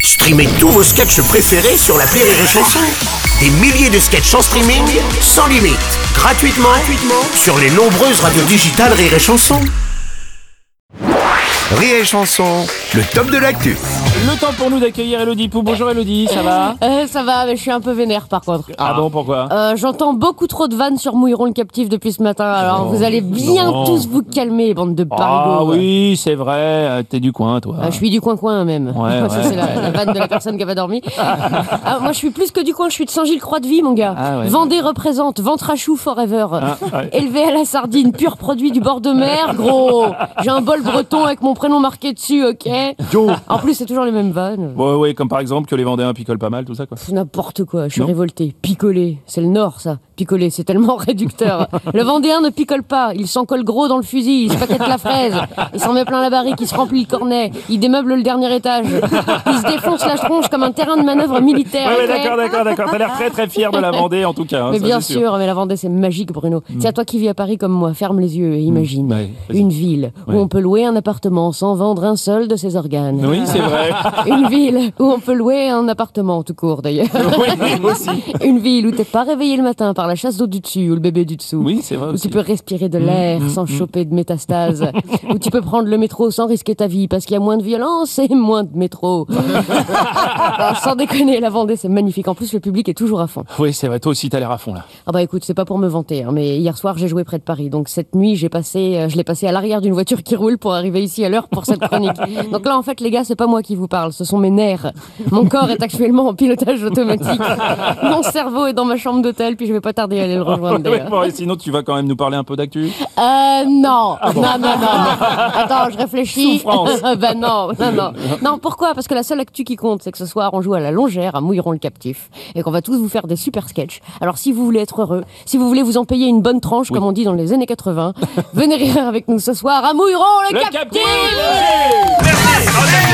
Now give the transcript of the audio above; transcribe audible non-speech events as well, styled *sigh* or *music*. Streamez tous vos sketchs préférés sur la Rire et Chanson. Des milliers de sketchs en streaming, sans limite, gratuitement, gratuitement sur les nombreuses radios digitales Rire et Chanson. Rire et chanson, le top de l'actu. Le temps pour nous d'accueillir Elodie Pou. Bonjour Elodie, ça va Euh, ça va, mais je suis un peu vénère par contre. Ah bon, pourquoi Euh, J'entends beaucoup trop de vannes sur Mouilleron le captif depuis ce matin, alors vous allez bien non. tous vous calmer, bande de parigots. Ah oui, c'est vrai, euh, t'es du coin toi. Euh, je suis du coin-coin même. Ouais, *laughs* Ça, ouais. c'est la, la vanne de la personne qui a *laughs* pas dormi. Ah, moi, je suis plus que du coin, je suis de Saint-Gilles-Croix-de-Vie, mon gars. Ah ouais. Ah, Vendée représente, ventre à choux forever. ouais. *laughs* Élevé à la sardine, pur produit du bord de mer, gros. J'ai un bol breton avec mon prénom marqué dessus, ok En plus, c'est toujours les mêmes vannes. Bon, oui, comme par exemple que les Vendéens picolent pas mal, tout ça quoi. Pff, N'importe quoi, je suis Non. révolté. Picoler, c'est le Nord, ça. Picoler, c'est tellement *laughs* réducteur. le Vendéen ne picole pas, il s'en colle gros dans le fusil, il se paquette la fraise, il s'en met plein la barrique, il se remplit le cornet, il démeuble le dernier étage, il se défonce la tronche comme un terrain de manœuvre militaire. Ouais, ouais, Eh, ok d'accord, d'accord, d'accord. T'as l'air très très fier de la Vendée en tout cas. hein, mais ça, bien c'est Mm. sûr, mais la Vendée, c'est magique, Bruno. C'est à toi qui vis à Paris comme moi. Ferme les yeux et imagine. Ouais, vas-y. une ville où Ouais. on peut louer un appartement sans vendre un seul de ses organes. Oui, c'est *laughs* vrai. Une ville où on peut louer un appartement, tout court d'ailleurs. oui, aussi. *laughs* Une ville où t'es pas réveillé le matin par la chasse d'eau du dessus ou le bébé du dessous. Oui, c'est vrai Où aussi. tu peux respirer de l'air sans choper de métastases. où tu peux prendre le métro sans risquer ta vie parce qu'il y a moins de violence et moins de métro. Alors, sans déconner, la Vendée, c'est magnifique. En plus, le public est toujours à fond. Oui, c'est vrai, toi aussi t'as l'air à fond là. Ah bah écoute, c'est pas pour me vanter, hein, mais hier soir, j'ai joué près de Paris. Donc cette nuit, j'ai passé, euh, je l'ai passé à l'arrière d'une voiture qui roule pour arriver ici à l'heure pour *laughs* cette chronique. Donc là, en fait, les gars, c'est pas moi qui vous parle, ce sont mes nerfs. Mon corps est actuellement en pilotage automatique. *laughs* Mon cerveau est dans ma chambre d'hôtel, puis je vais pas tarder à aller le rejoindre Ouais, d'ailleurs. bon, et sinon, tu vas quand même nous parler un peu d'actu. Euh, non. non, non, non, non. Attends, je réfléchis. Souffrance. *laughs* ben non, non, non. Non, pourquoi Parce que la seule actu qui compte, c'est que ce soir, on joue à la longère, à Mouilleron le Captif, et qu'on va tous vous faire des super sketchs. Alors, si vous voulez être heureux, si vous voulez vous en payer une bonne tranche, comme on dit dans les années 80, venez rire avec nous ce soir à Mouilleron le, Le Captif Captif Merci,